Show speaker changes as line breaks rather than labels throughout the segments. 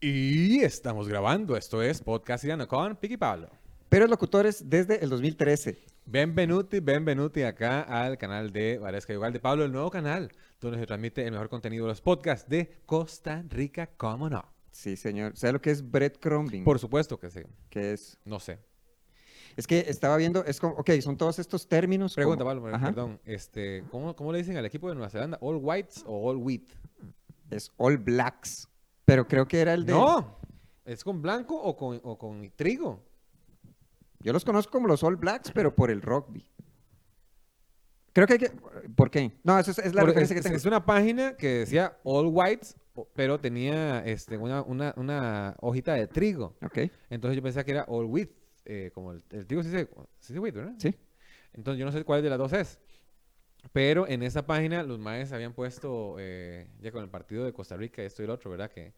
Y estamos grabando. Esto es Podcast Irano con Piqui Pablo.
Pero locutores desde el 2013.
Benvenuti, benvenuti acá al canal de Varesca Yugal de Pablo, el nuevo canal donde se transmite el mejor contenido de los podcasts de Costa Rica, cómo no.
Sí, señor. ¿Sabes lo que es breadcrumbing?
Por supuesto que sí.
¿Qué es?
No sé.
Es que estaba viendo, es como, ok, son todos estos términos. como-
Pregunta, Pablo, eh,
Ajá.
perdón. Este, ¿cómo, ¿Cómo le dicen al equipo de Nueva Zelanda? ¿All whites o all wheat?
Es All Blacks. Pero creo que era el de.
No. ¿Es con blanco o con, o con trigo?
Yo los conozco como los All Blacks, pero por el rugby. Creo que hay que. ¿Por qué? No, eso es, es la
Porque
referencia
es,
que tengo.
es una página que decía All Whites, o- pero tenía este, una, una, una hojita de trigo.
Ok,
Entonces yo pensaba que era All Wheat, eh, como el, el trigo sí se sí se wheat, ¿verdad?
sí.
Entonces yo no sé cuál de las dos es. Pero en esa página los maes habían puesto, eh, ya con el partido de Costa Rica, esto y el otro, ¿verdad? Que,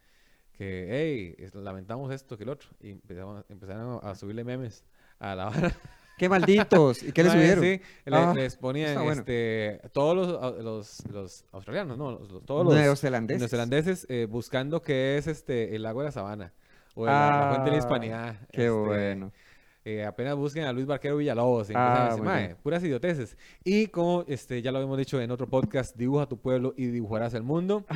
que hey, es- lamentamos esto que el otro. Y empezaron, empezaron a subirle memes a la vara.
¡Qué malditos! ¿Y qué le
Mae,
subieron?
sí, le-
Ah,
les ponían
está bueno.
este, todos los, au- los, los australianos, no, los- los- todos los
Neozelandeses.
neozelandeses eh, buscando qué es este el lago de la sabana o la, la fuente de la
Ah,
hispanidad.
Qué
este,
bueno.
eh, apenas busquen a Luis Barquero Villalobos. y
Ah,
empiezan a decir,
muy
"Mae,
bien.
puras idioteces. Y como este, ya lo hemos dicho en otro podcast, dibuja tu pueblo y dibujarás el mundo.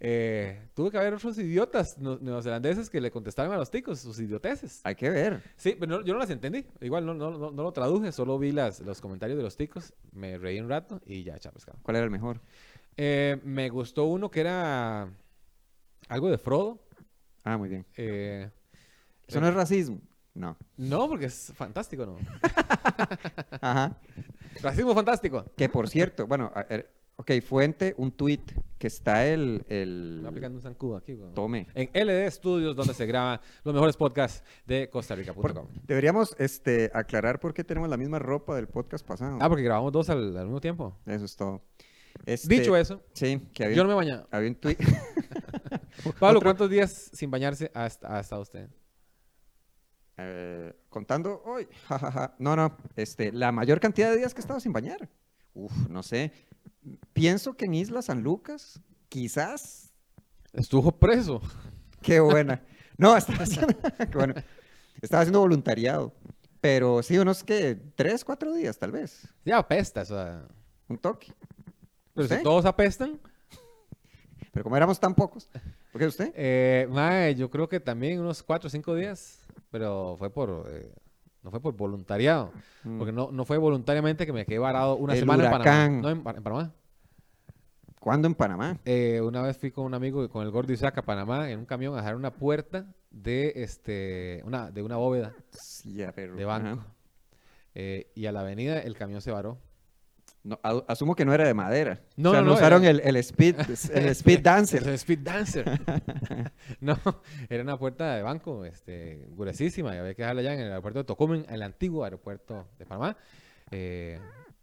eh, tuvo que haber otros idiotas no- neozelandeses que le contestaron a los ticos sus idioteces.
Hay que ver.
Sí, pero no- yo no las entendí. Igual no, no, no, no lo traduje, solo vi las, los comentarios de los ticos, me reí un rato y ya, chao, pescado.
¿Cuál era el mejor?
Eh, me gustó uno que era algo de Frodo.
Ah, muy bien.
eh,
¿Eso no es racismo? No.
no, porque es fantástico, ¿no?
Ajá.
Racismo fantástico.
Que por cierto, bueno, a- er, ok, fuente, un tweet que está el. el-
Me va aplicando un zancudo aquí, weón.
Tome.
En LD Studios, donde se graban los mejores podcasts de Costa
Por-
Rica.com.
deberíamos este, aclarar por qué tenemos la misma ropa del podcast pasado.
Ah, porque grabamos dos al, al mismo tiempo.
Eso es todo. Este,
Dicho eso,
Sí, que había,
yo
un-
no me bañaba.
había un tweet.
Pablo, ¿cuántos días sin bañarse ha, est- ha estado usted?
eh, contando hoy. ja, ja, ja. No, no. Este, la mayor cantidad de días que he estado sin bañar. Uf, no sé. Pienso que en Isla San Lucas, quizás
Estuvo preso.
Qué buena. No, estaba haciendo, qué bueno. Estaba haciendo voluntariado. Pero sí, unos que tres, cuatro días, tal vez.
Ya apesta, o sea.
Un toque.
Pero si
¿Usted?
todos apestan,
Pero como éramos tan pocos. ¿Por qué usted?
eh, mae, yo creo que también unos cuatro o cinco días, pero fue por, eh, no fue por voluntariado, porque no, no fue voluntariamente que me quedé varado una
Mm. El
semana en Panamá.
huracán.
No, en, Pa- en Panamá.
¿Cuándo en Panamá?
Eh, una vez fui con un amigo, y con el gordo Isaac a Panamá, en un camión a dejar una puerta de, este, una, de una bóveda
Sí, a ver,
de
ajá.
banco. Eh, y a la avenida el camión se varó.
No, a- asumo que no era de madera.
No,
o sea,
no,
no,
no,
usaron
era-
el, el speed, el speed
Es
dancer.
un speed dancer. no, era una puerta de banco, este, gruesísima, y había que dejarla allá en el aeropuerto de Tocumen, en el antiguo aeropuerto de Panamá. Eh,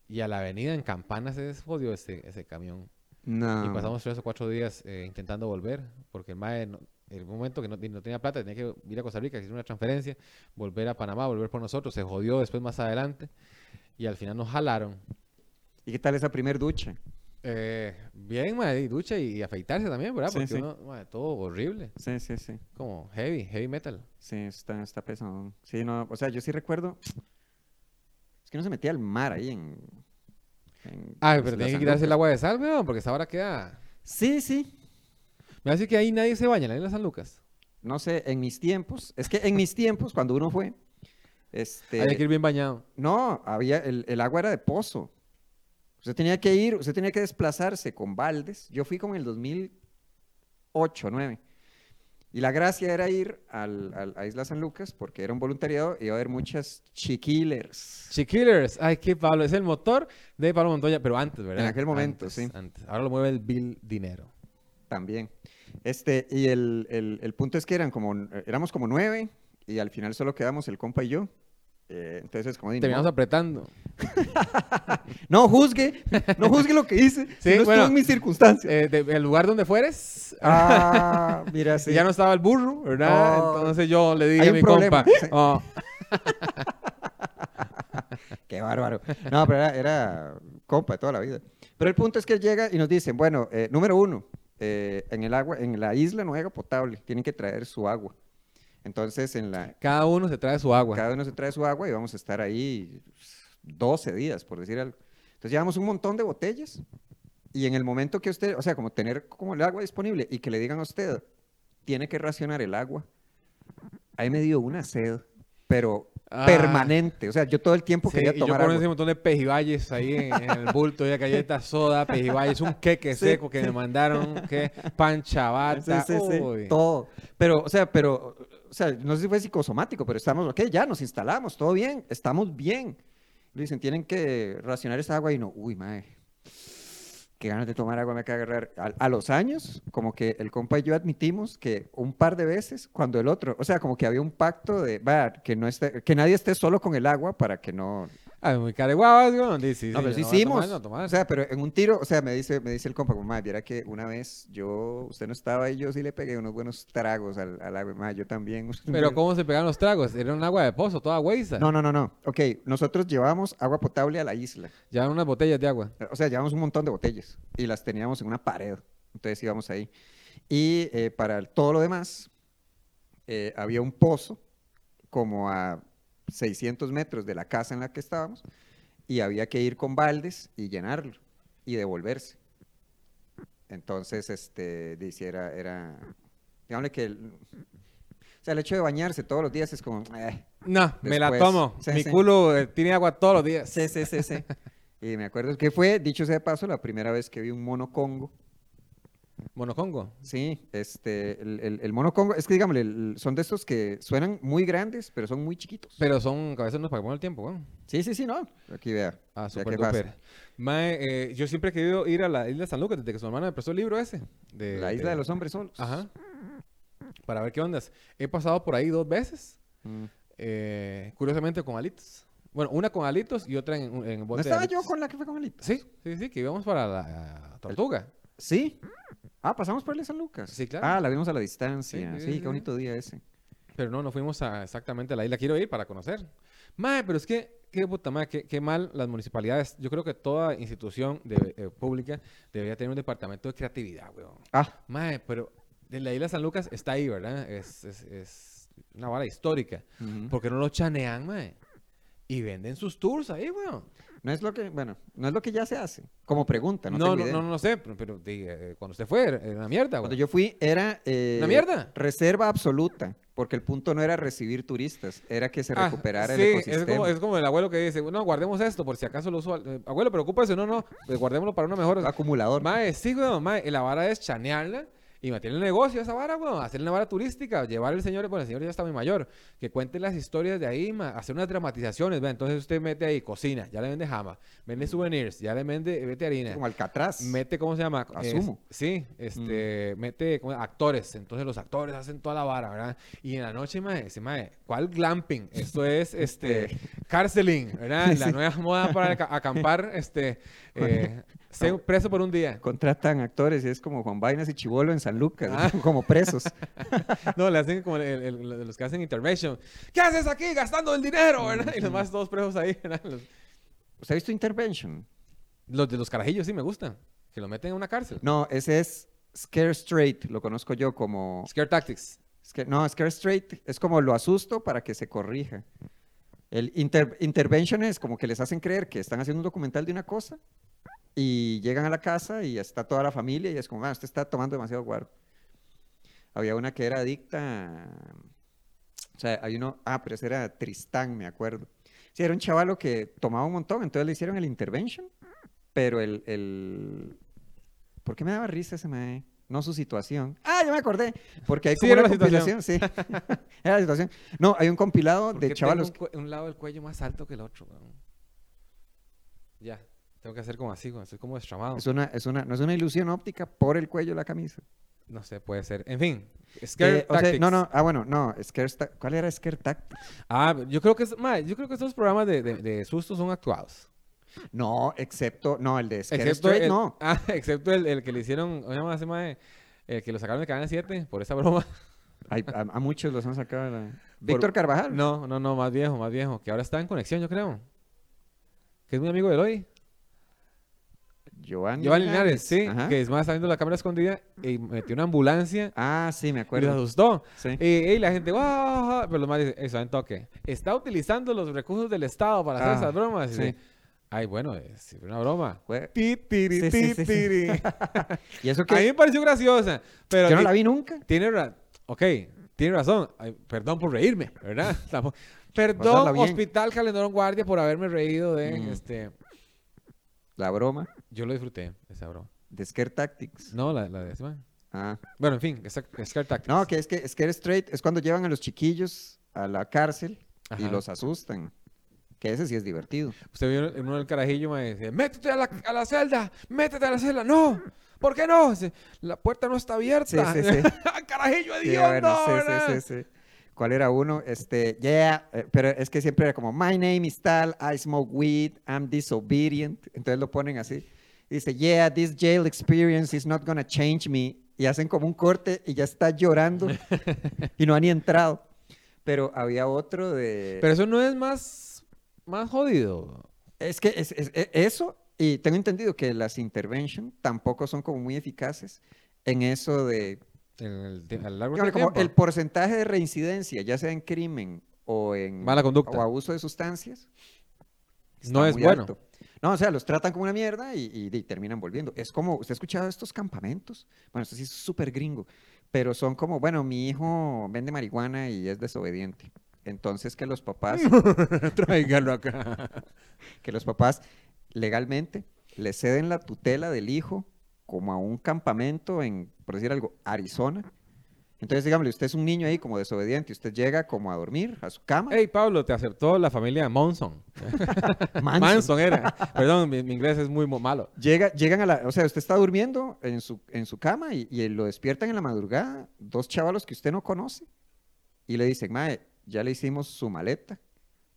y a la avenida en Campana se jodió ese, ese camión.
No.
Y pasamos tres o cuatro días eh, intentando volver, porque el mae, no- el momento que no, no tenía plata, tenía que ir a Costa Rica, hacer una transferencia, volver a Panamá, volver por nosotros, se jodió después más adelante, y al final nos jalaron.
¿Y qué tal esa primer ducha?
Eh, bien, mae, y ducha y, y afeitarse también, ¿verdad?
Sí,
Porque
sí.
uno, mae, todo horrible,
Sí, sí, sí.
como heavy, heavy metal.
Sí, está, está pesado. Sí, no, o sea, yo sí recuerdo. Es que no se metía al mar ahí en. en
Ah,
en
pero
la
tiene que
San
quitarse el
Lucas.
agua de sal, weón, porque esa hora queda...
Sí, sí.
Me hace que ahí nadie se baña, en la isla San Lucas.
No sé, en mis tiempos. Es que en mis tiempos, cuando uno fue. Este,
Hay que ir bien bañado.
No, había, el, el agua era de pozo. Usted tenía que ir, usted tenía que desplazarse con baldes. Yo fui como en el 2008, 2009. Y la gracia era ir al, al- a Isla San Lucas porque era un voluntariado y iba a haber muchas chiquilers.
Chiquillers, ay, qué Pablo, es el motor de Pablo Montoya, pero antes, ¿verdad?
En aquel momento,
Antes,
sí.
antes. Ahora lo mueve el Bill Dinero.
También. Este, y el, el- el punto es que eran como, éramos como nueve y al final solo quedamos el compa y yo. Eh, entonces, como di,
Terminamos
no,
apretando.
no juzgue, no juzgue lo que hice,
Sí,
si no
bueno.
estuvo en mis circunstancias.
Eh, de- el lugar donde fueres,
Ah, mira,
y ya no estaba el burro, ¿verdad?
Oh.
Entonces yo le
Hay
dije a
un
mi
problema.
compa, oh,
Qué bárbaro. No, pero era, era compa de toda la vida. Pero el punto es que llega y nos dicen, bueno, eh, número uno, eh, en el agua, en la isla no hay agua potable, tienen que traer su agua. Entonces, en la,
Cada uno se trae su agua.
cada uno se trae su agua y vamos a estar ahí 12 días, por decir algo. Entonces llevamos un montón de botellas y en el momento que usted, o sea, como tener como el agua disponible y que le digan a usted, tiene que racionar el agua, ahí me dio una sed, pero
Ah.
permanente. O sea, yo todo el tiempo
Sí,
quería
y yo
tomar
conocí
agua.
un montón de pejibayes ahí en, en el bulto, ya galletas soda, pejibayes, un queque
Sí.
seco que me mandaron, que pan
Sí,
chabata,
sí, sí,
uy.
todo. Pero, o sea, pero, o sea, no sé si fue psicosomático, pero estamos, ok, ya nos instalamos, todo bien, estamos bien. Le dicen, tienen que racionar esa agua y no, uy, madre, qué ganas de tomar agua me acaba de agarrar. Al- A, los años, como que el compa y yo admitimos que un par de veces, cuando el otro, o sea, como que había un pacto de, va, que, no esté, que nadie esté solo con el agua para que no,
Ay, muy careguabas, güey. Sí, sí,
no, pero
yo
sí
voy a tomar,
hicimos.
no tomar.
O sea, pero en un tiro, o sea, me dice, me dice el compa, mamá, viera que una vez yo, usted no estaba y yo sí le pegué unos buenos tragos al, al agua, ma, yo también.
Pero ¿cómo se pegaron los tragos? Era un agua de pozo, toda hueiza.
No, no, no, no. Ok, nosotros llevamos agua potable a la isla.
Llevaron unas botellas de agua.
Eh, O sea, llevamos un montón de botellas y las teníamos en una pared. Entonces íbamos ahí. Y eh, para el- todo lo demás, eh, había un pozo como a 600 metros de la casa en la que estábamos y había que ir con baldes y llenarlo y devolverse. Entonces, este, dice, era, era, digámosle que, el- o sea, el hecho de bañarse todos los días es como, eh,
No, me la
Después.
tomo.
Sí,
Mi
sí.
culo eh, tiene agua todos los días.
Sí, sí, sí, sí. Y me acuerdo que fue, dicho sea de paso, la primera vez que vi un mono congo.
Monocongo.
Sí, este, el, el- el mono congo, es que digámosle, el- son de estos que suenan muy grandes, pero son muy chiquitos.
Pero son, a veces nos pagamos el tiempo, güey.
Sí, sí, sí, no. Aquí vea.
Ah,
vea
super
qué fácil.
duper. Mae, eh, yo siempre he querido ir a la isla San Lucas desde que su hermana me prestó el libro ese. De,
La isla de los hombres solos.
Este, Ajá. Para ver qué ondas. He pasado por ahí dos veces.
Mm.
eh, curiosamente con alitos. Bueno, una con alitos y otra en, en
¿No
bote de
estaba yo
alitos.
con la que fue con Alito?
Sí, sí, sí, que íbamos para la eh, tortuga.
Sí. Ah, pasamos por el de San Lucas.
Sí, claro.
Ah, la vimos a la distancia.
Sí,
Sí,
sí, sí, sí.
qué bonito día ese.
Pero no, no fuimos a exactamente a la isla. Quiero ir para conocer. Mae, pero es que, qué puta madre, qué, qué mal las municipalidades. Yo creo que toda institución de- eh, pública debería tener un departamento de creatividad, weón.
Ah,
Mae, pero de la isla San Lucas está ahí, ¿verdad? Es, es, es una vara histórica.
ujú.
¿Por qué no lo chanean, mae? Y venden sus tours ahí, weón.
no es lo que, bueno, no es lo que ya se hace. Como pregunta, no,
No, no,
tengo
no,
idea.
no, sé, pero, pero, di, eh, cuando usted fue, era una mierda,
Cuando
weón.
yo fui era eh,
¿Una mierda?
reserva absoluta, porque el punto no era recibir turistas, era que se
Ah,
recuperara
sí,
el
es
ecosistema.
como, es como el abuelo que dice, no, guardemos esto por si acaso lo uso. al- eh, Abuelo, preocúpese, no, no, pues guardémoslo para una mejor.
acumulador.
Mae, sí, weón, mae, la vara es chanearla y meter el negocio a esa vara, weón, hacer una vara turística, llevar al señor, bueno, el señor ya está muy mayor, que cuente las historias de ahí, ma, hacer unas dramatizaciones, vea, entonces usted mete ahí cocina, ya le vende jama, vende souvenirs, ya le vende, eh, vete harina.
como Alcatraz.
Mete, ¿cómo se llama? Es-
Asumo.
sí, este, mete ¿cómo? actores. Entonces los actores hacen toda la vara, ¿verdad? Y en la noche, mae, dice, mae, ¿cuál glamping? Esto es, este, carceling, ¿verdad? La nueva moda para aca- acampar, este, eh, ser preso por un día.
Contratan actores y es como Juan Vainas y Chivolo en San Lucas,
Ah.
como presos.
No, le hacen como el- el- el- los que hacen intervention. ¿Qué haces aquí gastando el dinero, verdad? Y los más todos presos ahí, ¿verdad? Los,
¿Usted ha visto Intervention?
los de los carajillos sí me gustan, que lo meten en una cárcel.
No, ese es Scare Straight, lo conozco yo como...
Scare Tactics.
es que- no, Scare Straight es como lo asusto para que se corrija. El inter- Intervention es como que les hacen creer que están haciendo un documental de una cosa y llegan a la casa y está toda la familia y es como, ah, usted está tomando demasiado guaro. Había una que era adicta. a- O sea, hay uno. Ah, pero ese era Tristán, me acuerdo. Sí, era un chavalo que tomaba un montón, entonces le hicieron el intervention, pero el. el... ¿Por qué me daba risa ese mae? No su situación. Ah, ya me acordé. Porque hay
Sí,
como
era
una
la situación.
compilación, sí. era la situación. No, hay un compilado
¿Por
de
qué tengo
chavalos.
Un, cue- un lado del cuello más alto que el otro, weón? Ya. Tengo que hacer como así, weón. Estoy como destramado.
Es una, es una, no es una ilusión óptica por el cuello de la camisa.
No sé, puede ser. En fin. Scare
Eh, o sea, no,
Tactics.
no, ah, bueno, no, Scare Sta- ¿cuál era Scare Tactics?
Ah, yo creo que es, mae, yo creo que estos programas de, de, de susto son actuados.
No, excepto, no, el de Scare
Excepto
Straight,
el,
no.
ah, excepto el, el que le hicieron, ¿cómo se llama ese mae? El que lo sacaron de Canal 7 por esa broma.
Hay- a, a muchos los han sacado. de la- Víctor Carvajal.
No, no, no, más viejo, más viejo. Que ahora está en conexión, yo creo. Que es muy amigo de Eloy.
Giovanni,
Giovanni Linares, sí,
Ajá.
que es más, está viendo la cámara escondida y metió una ambulancia
Ah, sí,
y
me
les
acuerdo.
asustó.
Sí.
Y, y la gente, ¡guau! Pero los más dicen, eso, en toque. Está utilizando los recursos del Estado para hacer
Ah,
esas bromas. Y
sí.
dice, Ay, bueno, es una broma.
Fue-
Ti, tiri,
Sí,
ti,
sí, sí, sí.
tiri.
Y eso
A mí
que
me pareció graciosa, pero
yo no
ti-
la vi nunca.
tiene ra- ok, tiene razón. Ay, perdón por reírme, ¿verdad? Tampo-
Pasarla
Perdón,
bien.
Hospital Calendón Guardia, por haberme reído de
Mm.
este.
La broma
Yo lo disfruté, esa broma.
de Scare Tactics.
No, la, la de Simón.
Ah.
Bueno, en fin, esa- Scare Tactics.
No, que es que Scare Straight es cuando llevan a los chiquillos a la cárcel y
Ajá.
los asustan. Que ese sí es divertido.
Usted vio en uno del carajillo, me dice, métete a la, a la celda, métete a la celda, no, ¿por qué no? Dice, la puerta no está abierta. Ah,
Sí, sí, sí.
carajillo,
Sí,
hediondo,
bueno, sí, sí,
¿verdad?
sí, sí. ¿Cuál era uno? Este, yeah, eh, pero es que siempre era como, my name is tal, I smoke weed, I'm disobedient. Entonces lo ponen así. Dice, yeah, this jail experience is not gonna change me. Y hacen como un corte y ya está llorando y no han ni entrado. Pero había otro de...
Pero eso no es más, más jodido.
Es que es, es- e- eso, y tengo entendido que las intervention tampoco son como muy eficaces en eso de
En el, te- a lo largo
Dígame,
del
como
tiempo.
el porcentaje de reincidencia, ya sea en crimen o en
Mala conducta.
o abuso de sustancias, está
no es
muy
bueno.
alto. No, o sea, los tratan como una mierda y, y- y terminan volviendo. Es como, ¿usted ha escuchado estos campamentos? Bueno, esto sí es súper gringo, pero son como, bueno, mi hijo vende marihuana y es desobediente. Entonces que los papás,
Tráigalo acá.
que los papás legalmente le ceden la tutela del hijo como a un campamento en, por decir algo, Arizona. Entonces, dígame, usted es un niño ahí como desobediente, usted llega como a dormir a su cama.
Hey, Pablo, te aceptó la familia Monson.
Manso.
Manson era. Perdón, mi, mi inglés es muy mo- malo.
Llega, llegan a la, o sea, usted está durmiendo en su, en su cama y, y lo despiertan en la madrugada dos chavalos que usted no conoce y le dicen, mae, ya le hicimos su maleta,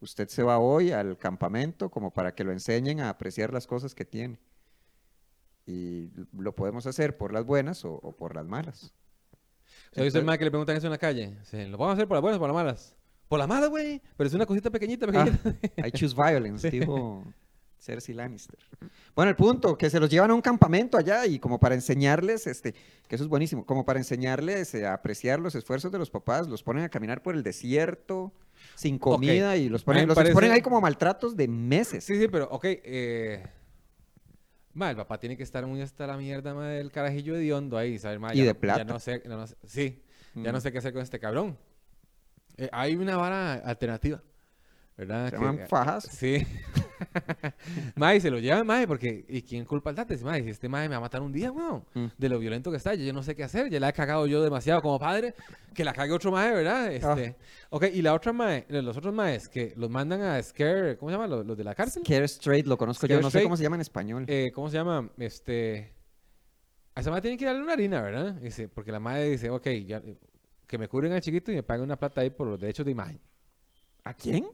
usted se va hoy al campamento como para que lo enseñen a apreciar las cosas que tiene. Y lo podemos hacer por las buenas o, o por las malas.
Yo soy
Entonces-
el más que le preguntan eso en la calle. Dice, ¿Lo vamos a hacer por las buenas o por las malas? Por las malas, güey. Pero es una cosita pequeñita,
Ah.
pequeñita.
I choose violence, dijo Cersei Lannister. Bueno, el punto, que se los llevan a un campamento allá y como para enseñarles, este, que eso es buenísimo, como para enseñarles eh, a apreciar los esfuerzos de los papás, los ponen a caminar por el desierto, sin comida y los
Me
ponen, los
parece-
exponen ahí como a maltratos de meses.
Sí, sí, pero, ok. Eh... Ma, el papá tiene que estar muy hasta la mierda ma, del carajillo hediondo ahí, ¿sabes? Ma,
Y
ya
de
no- ya
plata.
no sé, no- no sé- sí, ya
Mm.
no sé qué hacer con este cabrón. Eh, hay una vara alternativa, ¿verdad?
Se
Que- eh,
llaman fajas.
Sí. mae, se lo llevan, mae, porque ¿y quién culpa al tate? Dice, Mae, si este mae me va a matar un día, weón,
Mm.
de lo violento que está, yo, yo no sé qué hacer, ya la he cagado yo demasiado como padre, que la cague otro mae, ¿verdad?
Ah.
Este, Ok, y la otra mae, eh, los otros maes que los mandan a Scare, ¿cómo se llama? Los, los de la cárcel.
Care Straight lo conozco yo,
Scare
no sé
Straight.
cómo se llama en español.
Eh, ¿Cómo se llama? Este. A esa madre tienen que darle una harina, ¿verdad? Dice, porque la madre dice, ok, ya, que me cubren al chiquito y me paguen una plata ahí por los derechos de imagen.
¿A quién?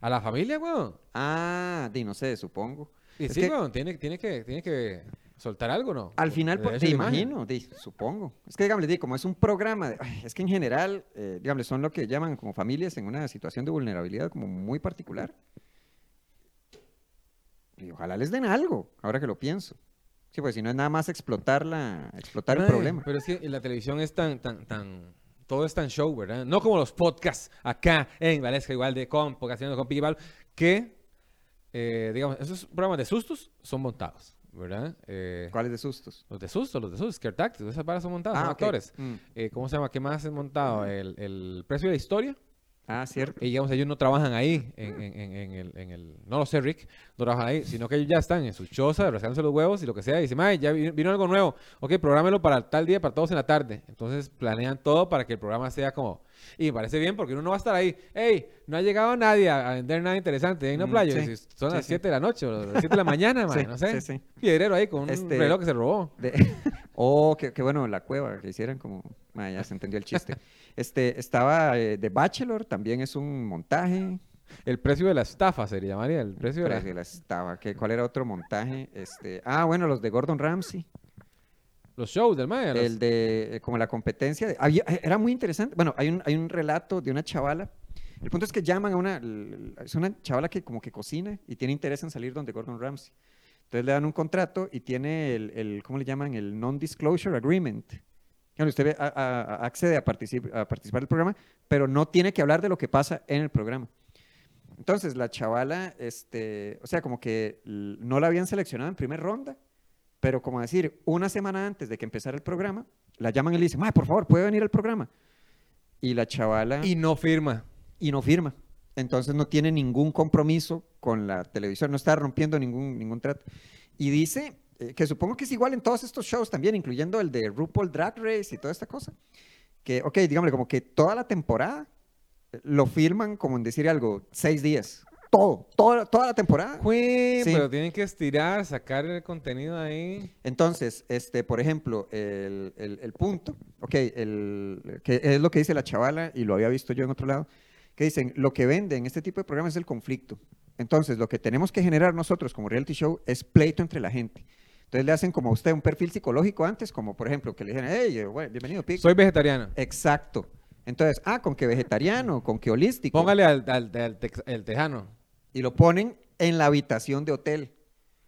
A la familia, weón.
Ah, di, no sé, supongo.
Y
Es
sí,
que-
weón, tiene, tiene, que, tiene que soltar algo, ¿no?
Al
Por-
final,
de
por-
derecho
te
de imagen.
imagino, di, supongo. Es que, digamos, di, como es un programa, de- ay, es que en general, eh, digamos, son lo que llaman como familias en una situación de vulnerabilidad como muy particular. Y ojalá les den algo, ahora que lo pienso. Sí, pues si no es nada más explotar, la, explotar el
Mae,
problema.
Pero es que en la televisión es tan, tan, tan. Todo es tan show, ¿verdad? No como los podcasts acá en Valesca, igual de con, porque haciendo con Piqui Pablo, que, eh, digamos, esos programas de sustos son montados, ¿verdad? Eh,
¿Cuáles de sustos?
Los de susto, los de susto, Scare Tactics, esas varas son montadas, Ah, son
ok.
actores.
Mm.
Eh, ¿Cómo se llama? ¿Qué más han montado? El, el precio de la historia.
Ah, cierto.
Y digamos, ellos no trabajan ahí, en, en- en- en el, en el- No lo sé, Rick, no trabajan ahí, sino que ellos ya están en su choza, rascándose los huevos y lo que sea. Y dicen, "Mae, ya vi- vino algo nuevo. Ok, prográmelo para tal día, para todos en la tarde. Entonces planean todo para que el programa sea como. Y me parece bien porque uno no va a estar ahí. ¡Ey! No ha llegado nadie a a vender nada interesante en la
Mm,
playa.
sí,
Y si son
sí,
las
sí.
7 de la noche o las 7 de la mañana, mae,
Sí,
no sé.
sí, sí.
Piedrero ahí con un
Este-
reloj que se robó.
De- oh, qué, qué bueno, la cueva, que hicieran como... Ah, ya se entendió el chiste. Este, estaba eh, The Bachelor, también es un montaje.
El precio de la estafa se le llamaría, el precio de la...
Pero sí, las estaba. ¿Qué- ¿Cuál era otro montaje? Este, ah, bueno, los de Gordon Ramsay.
Los shows del mae.
El de eh, como la competencia. de- había- eh, era muy interesante. Bueno, hay un, hay un relato de una chavala. El punto es que llaman a una. l- l- Es una chavala que como que cocina y tiene interés en salir donde Gordon Ramsay. Entonces le dan un contrato y tiene el, el ¿cómo le llaman? El Non-Disclosure Agreement. Bueno, usted ve- a- a- a- accede a, particip- a participar del programa, pero no tiene que hablar de lo que pasa en el programa. Entonces la chavala, este, o sea, como que l- no la habían seleccionado en primera ronda, pero como decir, una semana antes de que empezara el programa, la llaman y le dicen, "Mae, por favor, ¿puede venir al programa? Y la chavala
Y no firma.
y no firma. Entonces no tiene ningún compromiso con la televisión, no está rompiendo ningún, ningún trato. Y dice, eh, que supongo que es igual en todos estos shows también, incluyendo el de RuPaul Drag Race y toda esta cosa, que, ok, dígame, como que toda la temporada eh, lo firman como en decir algo, seis días. Todo, toda, toda la temporada.
Jue-
Sí.
Pero tienen que estirar, sacar el contenido ahí.
Entonces, este, por ejemplo, el, el- el punto, ok, el, que es lo que dice la chavala y lo había visto yo en otro lado, que dicen, lo que vende en este tipo de programas es el conflicto. Entonces, lo que tenemos que generar nosotros como reality show es pleito entre la gente. Entonces le hacen como a usted un perfil psicológico antes, como por ejemplo que le dijeran, hey, eh, bueno, bienvenido, Pic.
Soy vegetariano.
Exacto. Entonces, ah, con que vegetariano, con que holístico.
Póngale al, al- al tex- el tejano.
Y lo ponen en la habitación de hotel.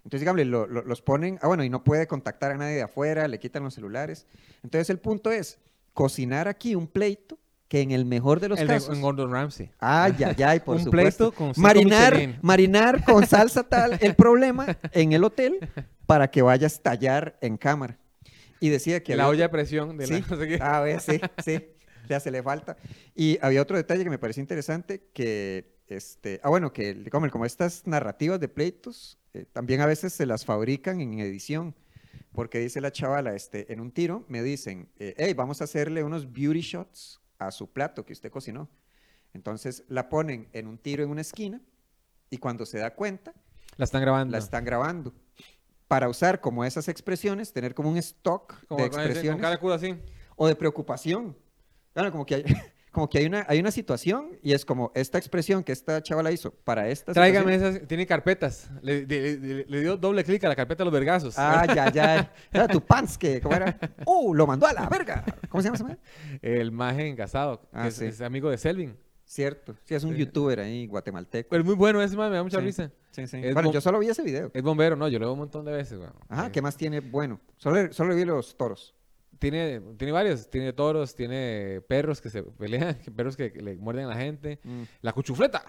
Entonces, digamos, lo- lo- los ponen, ah, bueno, y no puede contactar a nadie de afuera, le quitan los celulares. Entonces, el punto es cocinar aquí un pleito que en el mejor de los
el de
casos...
en Gordon Ramsay.
Ah, ya, ya, y por
Un
supuesto.
pleito con cinco
marinar,
Michelin.
marinar con salsa tal el problema en el hotel para que vaya a estallar en cámara. Y decía que...
La
había-
olla de presión de la-
Sí, Ah.
no sé qué.
a ver, sí, sí, ya se le falta. Y había otro detalle que me pareció interesante, que, este, ah, bueno, que el- como, como estas narrativas de pleitos, eh, también a veces se las fabrican en edición, porque dice la chavala, este, en un tiro me dicen, eh, hey, vamos a hacerle unos beauty shots a su plato que usted cocinó. Entonces la ponen en un tiro en una esquina y cuando se da cuenta,
La están grabando.
la están grabando. Para usar como esas expresiones, tener como un stock
Como
de
con ese- con
expresiones
cara de culo así.
o de preocupación. Claro, como que hay, como que hay, una, hay una situación y es como esta expresión que esta chavala hizo para esta
Tráigame
situación.
esas. Tiene carpetas. Le, le- le- le dio doble clic a la carpeta de los vergazos.
Ah, ya, ya. Era tu pants que, ¿cómo era? ¡Uh! Lo mandó a la verga. ¿Cómo se llama ese man?
El maje engasado. que
Ah,
es,
sí.
es amigo de Selvin.
Cierto. Sí, es un
Sí.
youtuber ahí guatemalteco.
Es muy bueno ese maje, me da mucha
Sí.
risa.
Sí, sí.
es
Bueno,
bom-
yo solo vi ese video.
Es bombero, no, yo lo veo un montón de veces, weón.
Ajá,
Eh,
Ah, ¿qué más tiene? Bueno, solo, solo vi los toros.
Tiene, tiene varios, tiene toros, tiene perros que se pelean, que- perros que que le muerden a la gente.
Mm,
La cuchufleta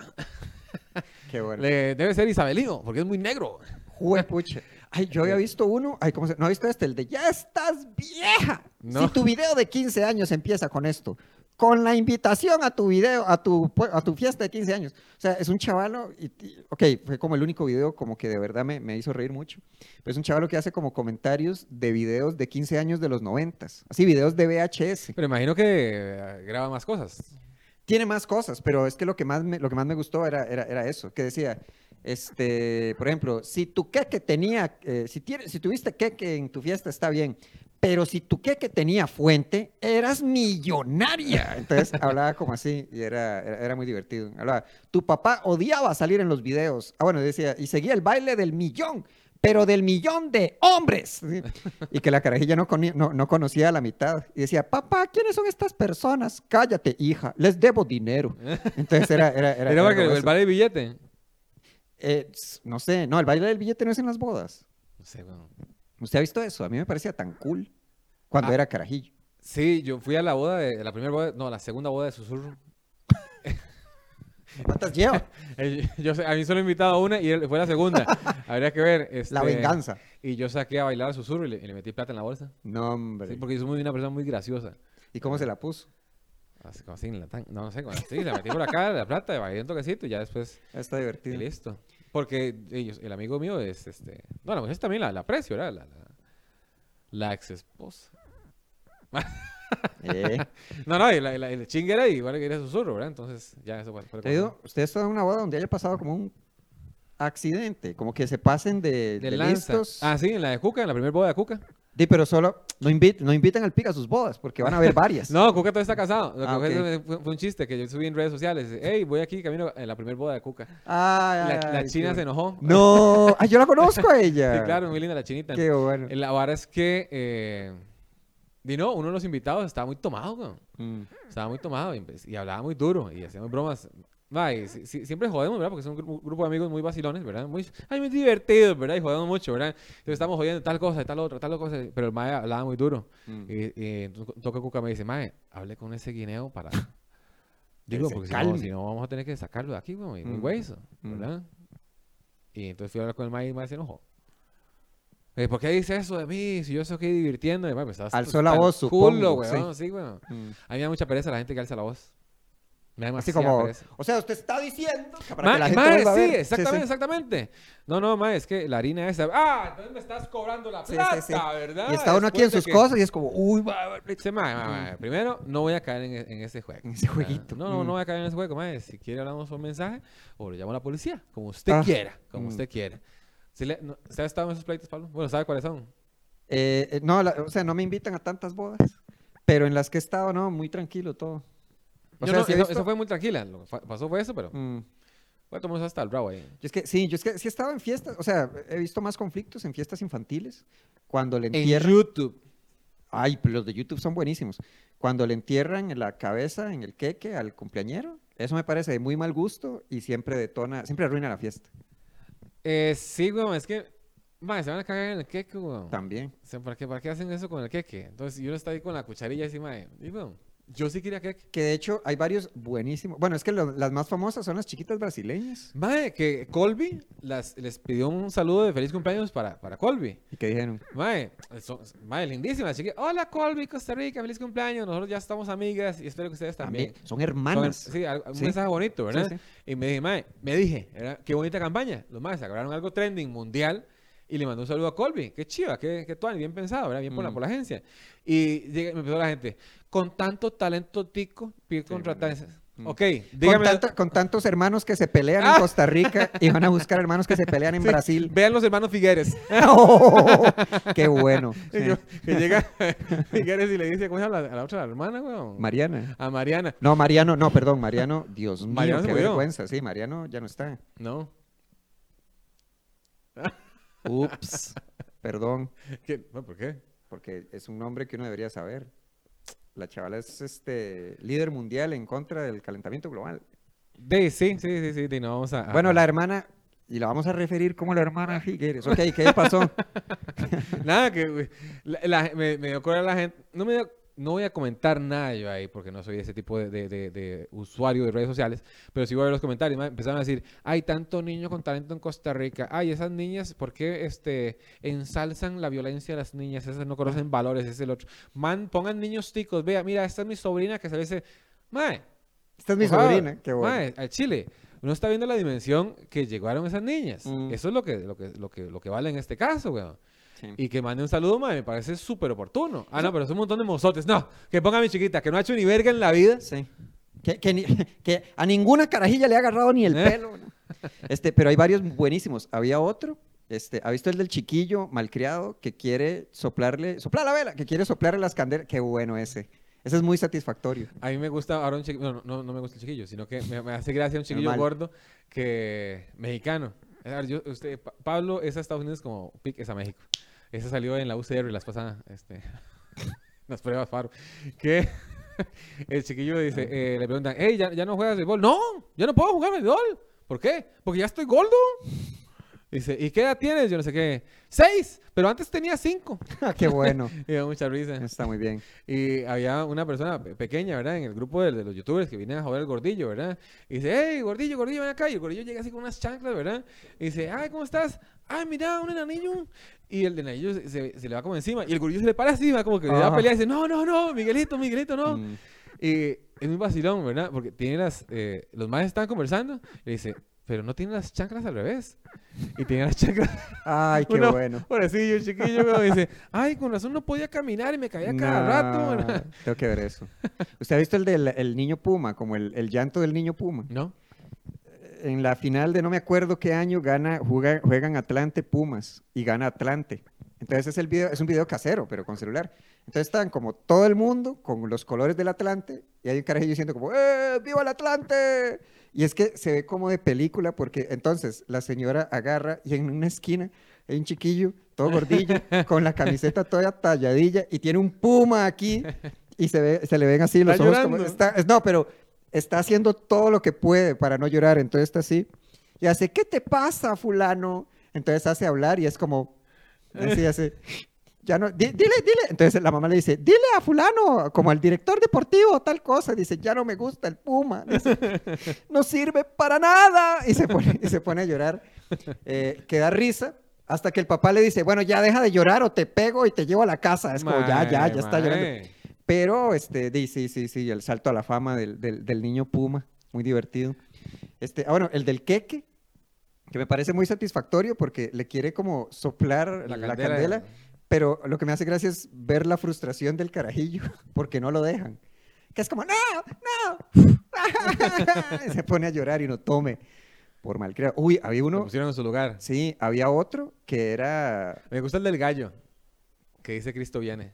qué bueno.
le- debe ser isabelino, porque es muy negro.
Juepucha. Ay, yo había visto uno. Ay, ¿cómo se... ¿No ha visto este? El de ya estás vieja.
No.
Si tu video de 15 años empieza con esto, con la invitación a tu video, a tu, pue- a tu fiesta de 15 años. O sea, es un chavalo. Y, y- ok, fue como el único video como que de verdad me, me hizo reír mucho. Pero es un chavalo que hace como comentarios de videos de 15 años de los 90. Así, videos de VHS.
Pero imagino que eh, graba más cosas.
Tiene más cosas, pero es que lo que más me, lo que más me gustó era, era, era eso, que decía, este, por ejemplo, si tu queque tenía, eh, si, tiene- si tuviste queque en tu fiesta está bien, pero si tu queque tenía fuente, eras millonaria. Entonces hablaba como así y era, era, era muy divertido. Hablaba, tu papá odiaba salir en los videos. Ah, bueno, decía, y seguía el baile del millón. Pero del millón de hombres. Sí. Y que la carajilla no, coni- no, no conocía a la mitad. Y decía, papá, ¿quiénes son estas personas? Cállate, hija, les debo dinero. Entonces era... Era, era,
Era,
era
para que
como
el
eso.
vale billete.
Eh, s- no sé, no, el baile del billete no es en las bodas.
No sé, weón.
¿Usted ha visto eso? A mí me parecía tan cool cuando
Ah.
era carajillo.
Sí, yo fui a la boda de, la primera boda, no, la segunda boda de Susurro.
¿Cuántas lleva?
Eh, Yo, sé- a mí solo he invitado a una y él- fue la segunda. Habría que ver.
La
este,
venganza.
Y yo saqué a bailar a Susurro y le, y le metí plata en la bolsa.
No, hombre.
Sí, porque yo soy muy- una persona muy graciosa.
¿Y cómo se la puso?
Así como así en la tan- No, no sé, como así, la metí por acá, la plata, bailé un toquecito y ya después
Está
y
divertido.
listo. Porque ellos, el amigo mío es este. No, la mujer también la, la aprecio, ¿verdad? La, la, la ex esposa.
Eh.
No, no, y la, y la- y la chingue era igual que era susurro, ¿verdad? Entonces, ya eso fue. fue
Te
como-
digo, usted está en una boda donde haya pasado como un accidente, como que se pasen de,
De
de
lanza.
listos.
Ah, sí, en la de Cuca, en la primera boda de Cuca.
Di, pero solo no, invit- no invitan al pica a sus bodas porque van a haber varias.
No, Cuca todavía está casado. Lo que
Ah,
fue-
ok.
fue, fue un chiste que yo subí en redes sociales. Hey, voy aquí camino en la primera boda de Cuca.
Ay,
La,
ay,
la
ay,
china
qué
se
bueno.
enojó.
No, ay, yo la conozco a ella.
Sí, claro, muy linda la chinita.
Qué bueno.
La vara es que. Eh, Dino, uno de los invitados estaba muy tomado, pues, weón.
Mm.
Estaba muy tomado y, empe- y hablaba muy duro y hacíamos bromas Mae, si- si- siempre jodemos, ¿verdad? Porque son un gru- grupo de amigos muy vacilones, ¿verdad? Muy, ay, muy divertidos, ¿verdad? Y jodemos mucho, ¿verdad? Entonces estamos jodiendo tal cosa, tal otra, tal cosa. Pero el mae hablaba muy duro.
Mm.
Y, y entonces Toca Cuca me dice, mae, hablé con ese guineo para... Digo,
se
porque si no,
calme.
si no vamos a tener que sacarlo de aquí, güey, muy
Mm.
hueso,
Mm.
¿verdad? Y entonces fui a hablar con el mae y el mae se enojó. Eh, ¿Por qué dice eso de mí? Si yo estoy aquí divirtiendo, y, mae, pues, me estás
Alzó la
hasta el
voz,
culo,
supongo,
güey.
sí.
Sí, güey. A
Mm.
mí me da mucha pereza la gente que alza la voz. Me da
Así
demasiada
como,
pereza.
o sea, usted está diciendo que para
Ma-
que la gente
mae,
vuelva a
sí,
ver.
exactamente, exactamente. No, no, mae, es que la harina esa. Ah, entonces me estás cobrando la
Sí,
plata,
sí, sí.
¿verdad?
Y está uno aquí
Ah,
en
Después
sus
de que-
cosas y es como, "Uh, uy, va, va,
Sí, mae, mae, mae, Primero, no voy a caer en, e- en ese juego.
En ese
Ah,
jueguito.
No, no,
Mm.
no voy a caer en ese juego, mae. Si quiere, hablamos un mensaje o le llamo a la policía, como usted
Ah.
quiera, como
Mm.
usted quiera. Si le- no- ¿Se ha estado en esos pleitos, Pablo? Bueno, ¿sabe cuáles son?
Eh, eh, no, la- o sea, no me invitan a tantas bodas, pero en las que he estado, no, muy tranquilo todo. O
Yo
sea,
no,
sí he
eso,
visto-
eso fue muy tranquila. Lo que fa- pasó fue eso, pero.
Mm.
Bueno, tomamos hasta el bravo ahí.
Yo es que, sí, yo es que sí he estado en fiestas, o sea, he visto más conflictos en fiestas infantiles, cuando le entierran...
YouTube.
Ay, pero los de YouTube son buenísimos. Cuando le entierran en la cabeza, en el queque, al cumpleañero, eso me parece de muy mal gusto y siempre detona, siempre arruina la fiesta
Eh, sí, weón, es que. Mae, se van a cagar en el queque, weón.
también.
O sea, ¿para qué, para qué hacen eso con el queque? Entonces, yo no estaba ahí con la cucharilla así, mae. Y bueno, yo sí quería queque.
Que de hecho hay varios buenísimos. Bueno, es que lo- las más famosas son las chiquitas brasileñas.
Mae, que Colby las, les pidió un saludo de feliz cumpleaños para, para Colby.
Y que dijeron,
Mae, son- mae, lindísima, chiqui. Hola Colby, Costa Rica, feliz cumpleaños. Nosotros ya estamos amigas y espero que ustedes también.
también, son
Son-
hermanas.
sí, al- un
Sí.
mensaje bonito,
Sí,
¿verdad?
sí.
Y me dije, mae, me dije, era- qué bonita campaña. Los maes sacaron algo trending mundial y le mandó un saludo a Colby. Qué chiva, qué, qué tuani, bien pensado, ¿verdad? Bien por, la,
Mm.
por la agencia. Y llega- me empezó la gente, con tanto talento tico, pide
Sí,
contratar.
bueno.
Ok, dígame.
Con, tanto- con tantos hermanos que se pelean
Ah.
en Costa Rica y van a buscar hermanos que se pelean en
Sí,
Brasil. Oh,
Vean los hermanos Figueres.
Qué bueno.
Y
sí.
yo- que llega Figueres y le dice, ¿cómo se llama la, a la otra, la hermana, weón?
Mariana.
a Mariana.
No, Mariano, no, perdón, Mariano, Dios mío,
Mariano se
qué
murió.
vergüenza. Sí, Mariano ya no está.
No.
Ups. Perdón,
¿Qué? Bueno, ¿Por qué?
porque es un nombre que uno debería saber. La chavala es este líder mundial en contra del calentamiento global.
De, sí, sí, sí, sí, de, no vamos a... a-
Bueno, la hermana, y la vamos a referir como la hermana Figueres. Ok, ¿qué pasó?
Nada, que güey, la- la- me, me dio cólera la gente. No, me dio- no voy a comentar nada yo ahí porque no soy ese tipo de, de- de- de usuario de redes sociales, pero sí voy a ver los comentarios. ma, Empezaron a decir, hay tanto niño con talento en Costa Rica. Ay, esas niñas, ¿por qué este, ensalzan la violencia de las niñas? Esas no conocen valores, ese es el otro. Man, pongan niños ticos. Vea, mira, esta es mi sobrina que se le dice, mae,
Esta es mi
por favor,
sobrina, qué bueno.
mae, al Chile. Uno está viendo la dimensión que llegaron esas niñas.
Mm.
Eso es lo que, lo, que, lo, que, lo que vale en este caso, weón.
Sí.
Y que mande un saludo, madre, me parece súper oportuno. Ah, no, pero es un montón de mozotes. No, que ponga a mi chiquita, que no ha hecho ni verga en la vida.
Sí. Que, que ni- que a ninguna carajilla le ha agarrado ni el
¿Eh?
pelo. ¿no? Este, pero hay varios buenísimos. Había otro, este, ¿ha visto el del chiquillo malcriado que quiere soplarle, soplar la vela, que quiere soplarle las candelas? Qué bueno ese. Ese es muy satisfactorio.
A mí me gusta ahora un chiquillo, no, no, no me gusta el chiquillo, sino que me, me hace gracia un chiquillo
Normal.
gordo que mexicano. A ver, yo- usted, Pa- Pablo es a Estados Unidos como Pic es a México. Esa salió en la UCR las pasadas, este, las pruebas Faro. Que el chiquillo dice, eh, le preguntan, hey, ¿ya, ya no juegas béisbol? No, yo no puedo jugar béisbol. ¿Por qué? Porque ya estoy gordo. Dice, ¿y qué edad tienes? Yo no sé qué. Seis, pero antes tenía cinco.
Ah, Qué bueno.
Y me da mucha risa.
Está muy bien.
Y había una persona pe- pequeña, ¿verdad? En el grupo de, de los youtubers que vienen a joder al gordillo, ¿verdad? Y dice, hey, gordillo, gordillo, ven acá. Y el gordillo llega así con unas chanclas, ¿verdad? Y dice, ay, ¿cómo estás? Ay, mira, un enanillo. Y el enanillo se, se- se le va como encima. Y el gordillo se le para encima, como que le da
Ajá.
pelea. Y dice, no, no, no, Miguelito, Miguelito, no.
Mm.
Y es un vacilón, ¿verdad? Porque tiene las, eh, los más están conversando. Y le dice, pero no tiene las chanclas al revés. Y tiene las chanclas
Ay, qué
Uno-
bueno.
por sí, el chiquillo, como dice, ay, con razón no podía caminar y me caía cada rato,
Nah,
¿verdad?
tengo que ver eso. ¿Usted ha visto el del el niño Puma, como el, el llanto del niño Puma?
¿No?
En la final de no me acuerdo qué año gana, juega- juegan Atlante Pumas y gana Atlante. Entonces es, el video, es un video casero, pero con celular. Entonces están como todo el mundo con los colores del Atlante y hay un carajillo diciendo como ¡Eh, viva el Atlante! Y es que se ve como de película porque entonces la señora agarra y en una esquina hay un chiquillo todo gordillo con la camiseta toda talladilla y tiene un puma aquí y se, ve, se le ven así los
Está
ojos como-
llorando.
está- es- no, pero está haciendo todo lo que puede para no llorar, entonces está así. Y hace, ¿qué te pasa, fulano? Entonces hace hablar y es como, así, así. Ya no, di- dile, dile. Entonces la mamá le dice, dile a fulano, como al director deportivo, tal cosa. Dice, ya no me gusta el Puma. Dice, no sirve para nada. Y se pone, y se pone a llorar, eh, que da risa. Hasta que el papá le dice, bueno, ya deja de llorar o te pego y te llevo a la casa. Es como, ya, ya, ya está llorando. Pero, este, di- sí, sí, sí, el salto a la fama del, del- del niño Puma, muy divertido. Este, ah, bueno, el del queque, que me parece muy satisfactorio porque le quiere como soplar la, candela, pero lo que me hace gracia es ver la frustración del carajillo porque no lo dejan. Que es como, no, no. Y se pone a llorar y no tome por malcriado. Uy, había
Lo
uno,
pusieron en su lugar.
pues sí, había otro que era...
Me gusta el del gallo, que dice Cristo viene.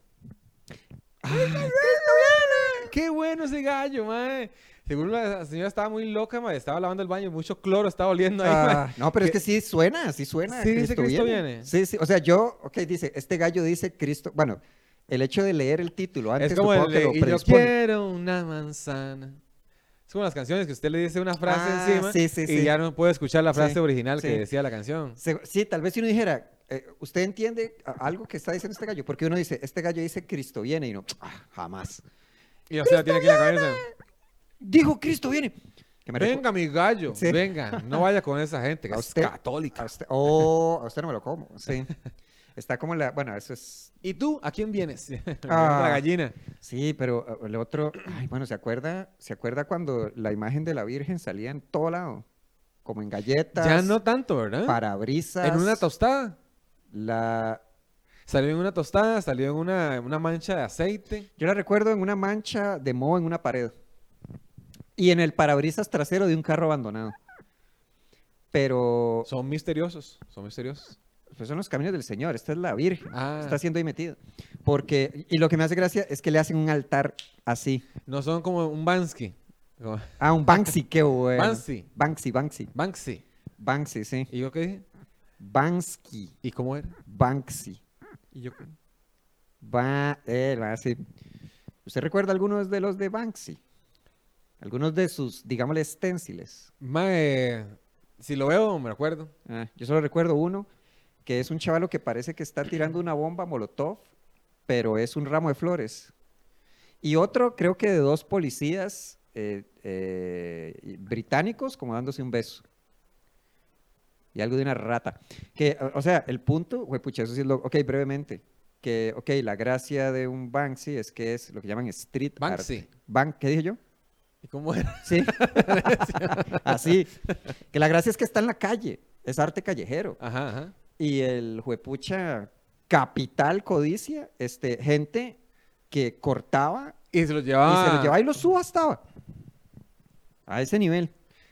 ¡Qué bueno ese gallo, mae! Seguro la señora estaba muy loca, mae. Estaba lavando el baño, mucho cloro estaba oliendo ahí, mae.
Ah, no, pero es que sí suena, sí suena.
Sí, dice Cristo viene.
Sí, sí. O sea, yo, ok, dice, este gallo dice Cristo. Bueno, el hecho de leer el título antes
es como el
supongo que
de,
lo
"Y yo
predispone".
quiero una manzana. Es como las canciones que usted le dice una frase
Ah,
encima
sí, sí,
y
sí.
ya no puede escuchar la frase
Sí,
original que
sí.
decía la canción.
Se- sí, tal vez si uno dijera, eh, ¿usted entiende a- algo que está diciendo este gallo? Porque uno dice, este gallo dice Cristo viene y no, ah, jamás.
Y usted la tiene aquí en la cabeza.
Dijo Cristo viene. Que me recu-
Venga, mi gallo,
Sí.
venga, no vaya con esa gente que
A
es
usted-
católica.
a usted, oh, a usted no me lo como. Sí. Está como la, bueno, eso es
¿Y tú? ¿A quién vienes? la
Ah.
gallina.
Sí, pero eh, el otro, ay, bueno, ¿se acuerda, ¿se acuerda cuando la imagen de la Virgen salía en todo lado? Como en galletas,
Ya no tanto, ¿verdad?
parabrisas.
En una tostada.
la,
Salió en una tostada, salió en una, una mancha de aceite.
Yo la recuerdo en una mancha de moho en una pared. Y en el parabrisas trasero de un carro abandonado. Pero
Son misteriosos, son misteriosos.
pues son los caminos del Señor, esta es la Virgen.
Ah,
Está siendo ahí metida. Porque, y lo que me hace gracia es que le hacen un altar así.
no son como un Bansky. como-
Ah, un Banksy, qué bueno.
Banksy.
Banksy, Banksy.
Banksy.
Banksy, sí.
¿Y yo qué dije?
Bansky.
¿Y cómo era?
Banksy.
¿Y yo qué?
Ba eh, va, sí. ¿Usted recuerda algunos de los de Banksy? Algunos de sus, digámosle, esténciles.
Mae, si lo veo, me acuerdo.
Ah, yo solo recuerdo uno, que es un chavalo que parece que está tirando una bomba molotov, pero es un ramo de flores. Y otro, creo que de dos policías eh, eh, y- británicos, como dándose un beso. Y algo de una rata. Que, o- o sea, el punto, pucha, eso sí es lo. Ok, brevemente. Que, ok, la gracia de un Banksy es que es lo que llaman street art.
Banksy.
Ban- ¿Qué dije yo?
¿Y cómo era?
Sí. Así. Que la gracia es que está en la calle. Es arte callejero.
Ajá, ajá.
Y el juepucha capital codicia, este, gente que cortaba
Y se lo llevaba.
y se lo llevaba y lo subastaba. A ese nivel.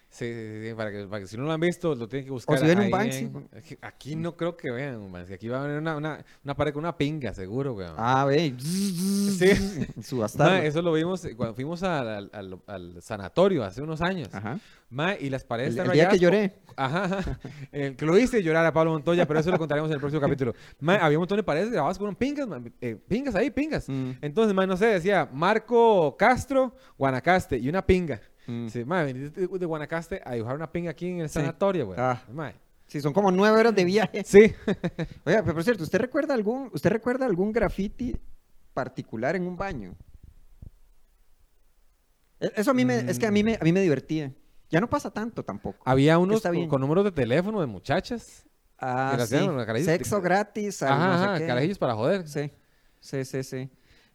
Sí, sí, sí, sí, para que, para que si no lo han visto, lo tienen que buscar.
si ven un
ahí
Banksy,
en-
bueno.
es que Aquí no creo que vean un Banksy. Aquí va a haber una, una, una pared con una pinga, seguro, weón.
Ah, ve.
Ma,
Subastar.
eso lo vimos eh, cuando fuimos al, al- al- al sanatorio hace unos años.
Ajá.
Ma, y las paredes
El,
están
el día que
rayadas
lloré.
Ajá, ajá. El que lo hice llorar a Pablo Montoya, pero eso lo contaremos en el próximo capítulo. Ma, había un montón de paredes grabadas con pingas, ma, eh, pingas ahí, pingas.
Mm,
Entonces, ma, no sé, decía Marco Castro, Guanacaste, y una pinga.
mm. Sí.
Sí, ma, veniste de, de Guanacaste a dibujar una pinga aquí en el
Sí.
sanatorio, güey.
Ah.
Ma,
son como nueve horas de viaje.
Sí.
Oiga, pero por cierto, ¿usted recuerda algún, usted recuerda algún graffiti particular en un baño? E- Eso a mí me, es que a mí me, a mí me divertía. Ya no pasa tanto tampoco.
Había unos
Está
con,
bien.
con números de teléfono de muchas.
Ah,
Que las
sí.
dieron, los carajillos,
Sexo
te-
gratis, al
Ajá,
no sé
ajá,
qué.
carajillos para joder.
Sí, sí, sí, sí.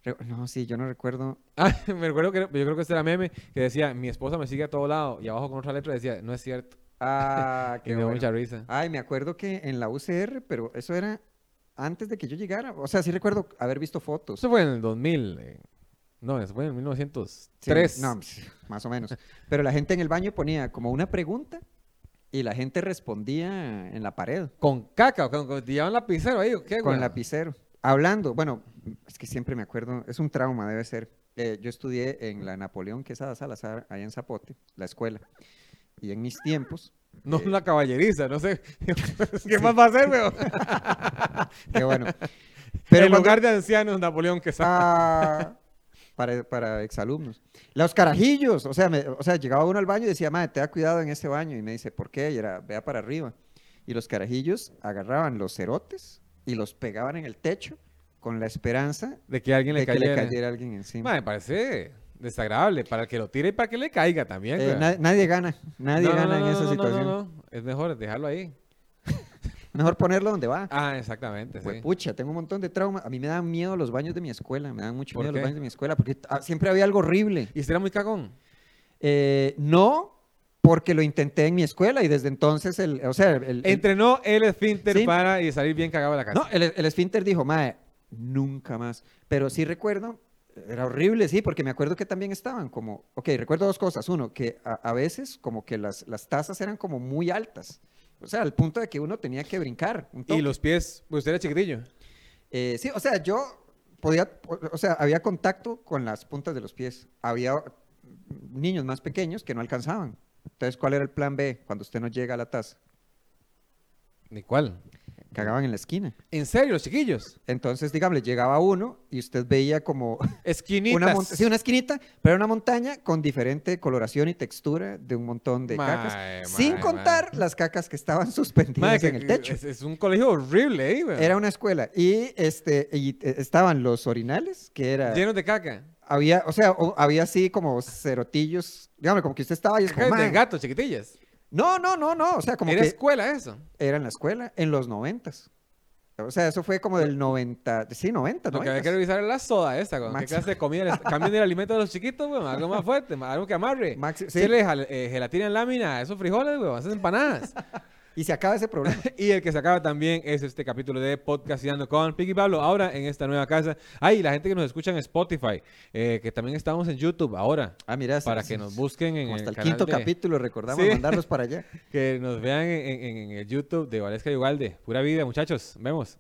Re- No, sí, yo no recuerdo.
Ah, me recuerdo que era- yo creo que este era meme que decía, mi esposa me sigue a todo lado y abajo con otra letra decía, no es cierto.
Ah,
Y me
qué
dio
bueno.
mucha risa.
Ay, me acuerdo que en la UCR, pero eso era antes de que yo llegara. O sea, sí recuerdo haber visto fotos.
Eso fue en el 2000. eh, No, eso fue en el
Sí,
1903.
no, más o menos. Pero la gente en el baño ponía como una pregunta y la gente respondía en la pared
Con caca, o con, con, llevaban lapicero ahí, ¿o qué,
con
güey?
lapicero, hablando. Bueno, es que siempre me acuerdo, es un trauma, debe ser. Eh, yo estudié en la Napoleón Quesada Salazar, allá en Zapote, la escuela. Y en mis tiempos,
No,
eh.
la caballeriza, no sé. ¿Qué más va a hacer, weón?
qué bueno.
Pero en
cuando-
lugar de ancianos, Napoleón que sabe.
Ah, para, para exalumnos. Los carajillos, o sea, me- o sea, llegaba uno al baño y decía, madre, te da cuidado en ese baño. Y me dice, ¿por qué? Y era, vea para arriba. Y los carajillos agarraban los cerotes y los pegaban en el techo con la esperanza
De que alguien
de
le
que le
cayera.
cayera alguien encima.
Ma, me parece desagradable. Para el que lo tire y para que le caiga también.
Eh,
weón.
na- nadie gana, nadie
No, no,
gana
no,
en
no,
esa
no, no, no,
situación.
no. Es mejor dejarlo ahí.
Mejor ponerlo donde va.
Ah, exactamente. sí.
Pucha, tengo un montón de trauma. A mí me dan miedo los baños de mi escuela, me dan mucho
¿Por
miedo los
qué?
baños de mi escuela, porque ah, siempre había algo horrible.
Y usted era muy cagón.
Eh, no, porque lo intenté en mi escuela y desde entonces, el, o sea, el, el-
Entrenó el esfínter
Sí.
para y salir bien cagado de la casa.
no, el, el esfínter dijo, mae, nunca más. Pero sí recuerdo, era horrible, sí, porque me acuerdo que también estaban como, ok, recuerdo dos cosas. Uno, que a, a veces como que las, las tasas eran como muy altas. O sea, al punto de que uno tenía que brincar. un
y
toque.
los pies, pues usted era chiquitillo.
Eh, sí, o sea, yo podía, o sea, había contacto con las puntas de los pies. Había niños más pequeños que no alcanzaban. Entonces, ¿cuál era el plan B cuando usted no llega a la taza?
¿Ni cuál?
Cagaban en la esquina.
¿En serio, los chiquillos?
Entonces, digamos, le llegaba uno y usted veía como
Esquinitas.
una, mon- sí, una esquinita, pero una montaña con diferente coloración y textura de un montón de
Mae,
cacas.
mae,
sin
mae.
contar las cacas que estaban suspendidas
Madre, que-
en el techo.
Es, es un colegio horrible, ahí, weón.
Era una escuela y este y, eh, estaban los orinales, que era
Llenos de caca.
Había, o sea, o- había así como cerotillos, digamos, como que usted estaba y es como,
Caca de
"Man".
gato, chiquitillas.
no, no, no, no, o sea, como
Era
que
escuela eso.
era en la escuela, en los noventas. O sea, eso fue como del 90, sí, 90,
Lo que había que
90.
revisar era la soda esta, con qué
Máximo.
clase de comida les- cambian el alimento de los chiquitos, weón, algo más fuerte, ma- algo que amarre.
Maxi-
Si
sí.
le jal- eh, gelatina en lámina a esos frijoles, weón, a esas empanadas.
Y se acaba ese problema.
y el que se acaba también es este capítulo de Podcastando con Piggy Pablo, ahora en esta nueva casa. Ay, y la gente que nos escucha en Spotify, eh, que también estamos en YouTube ahora,
Ah, mira,
para
sí,
que
sí,
nos
sí.
busquen en
Como hasta el,
canal
quinto
de-
capítulo recordamos
Sí.
mandarlos para allá.
Que nos vean en, en- en el YouTube de Valesca y Ugalde. Pura vida, muchachos. Vemos.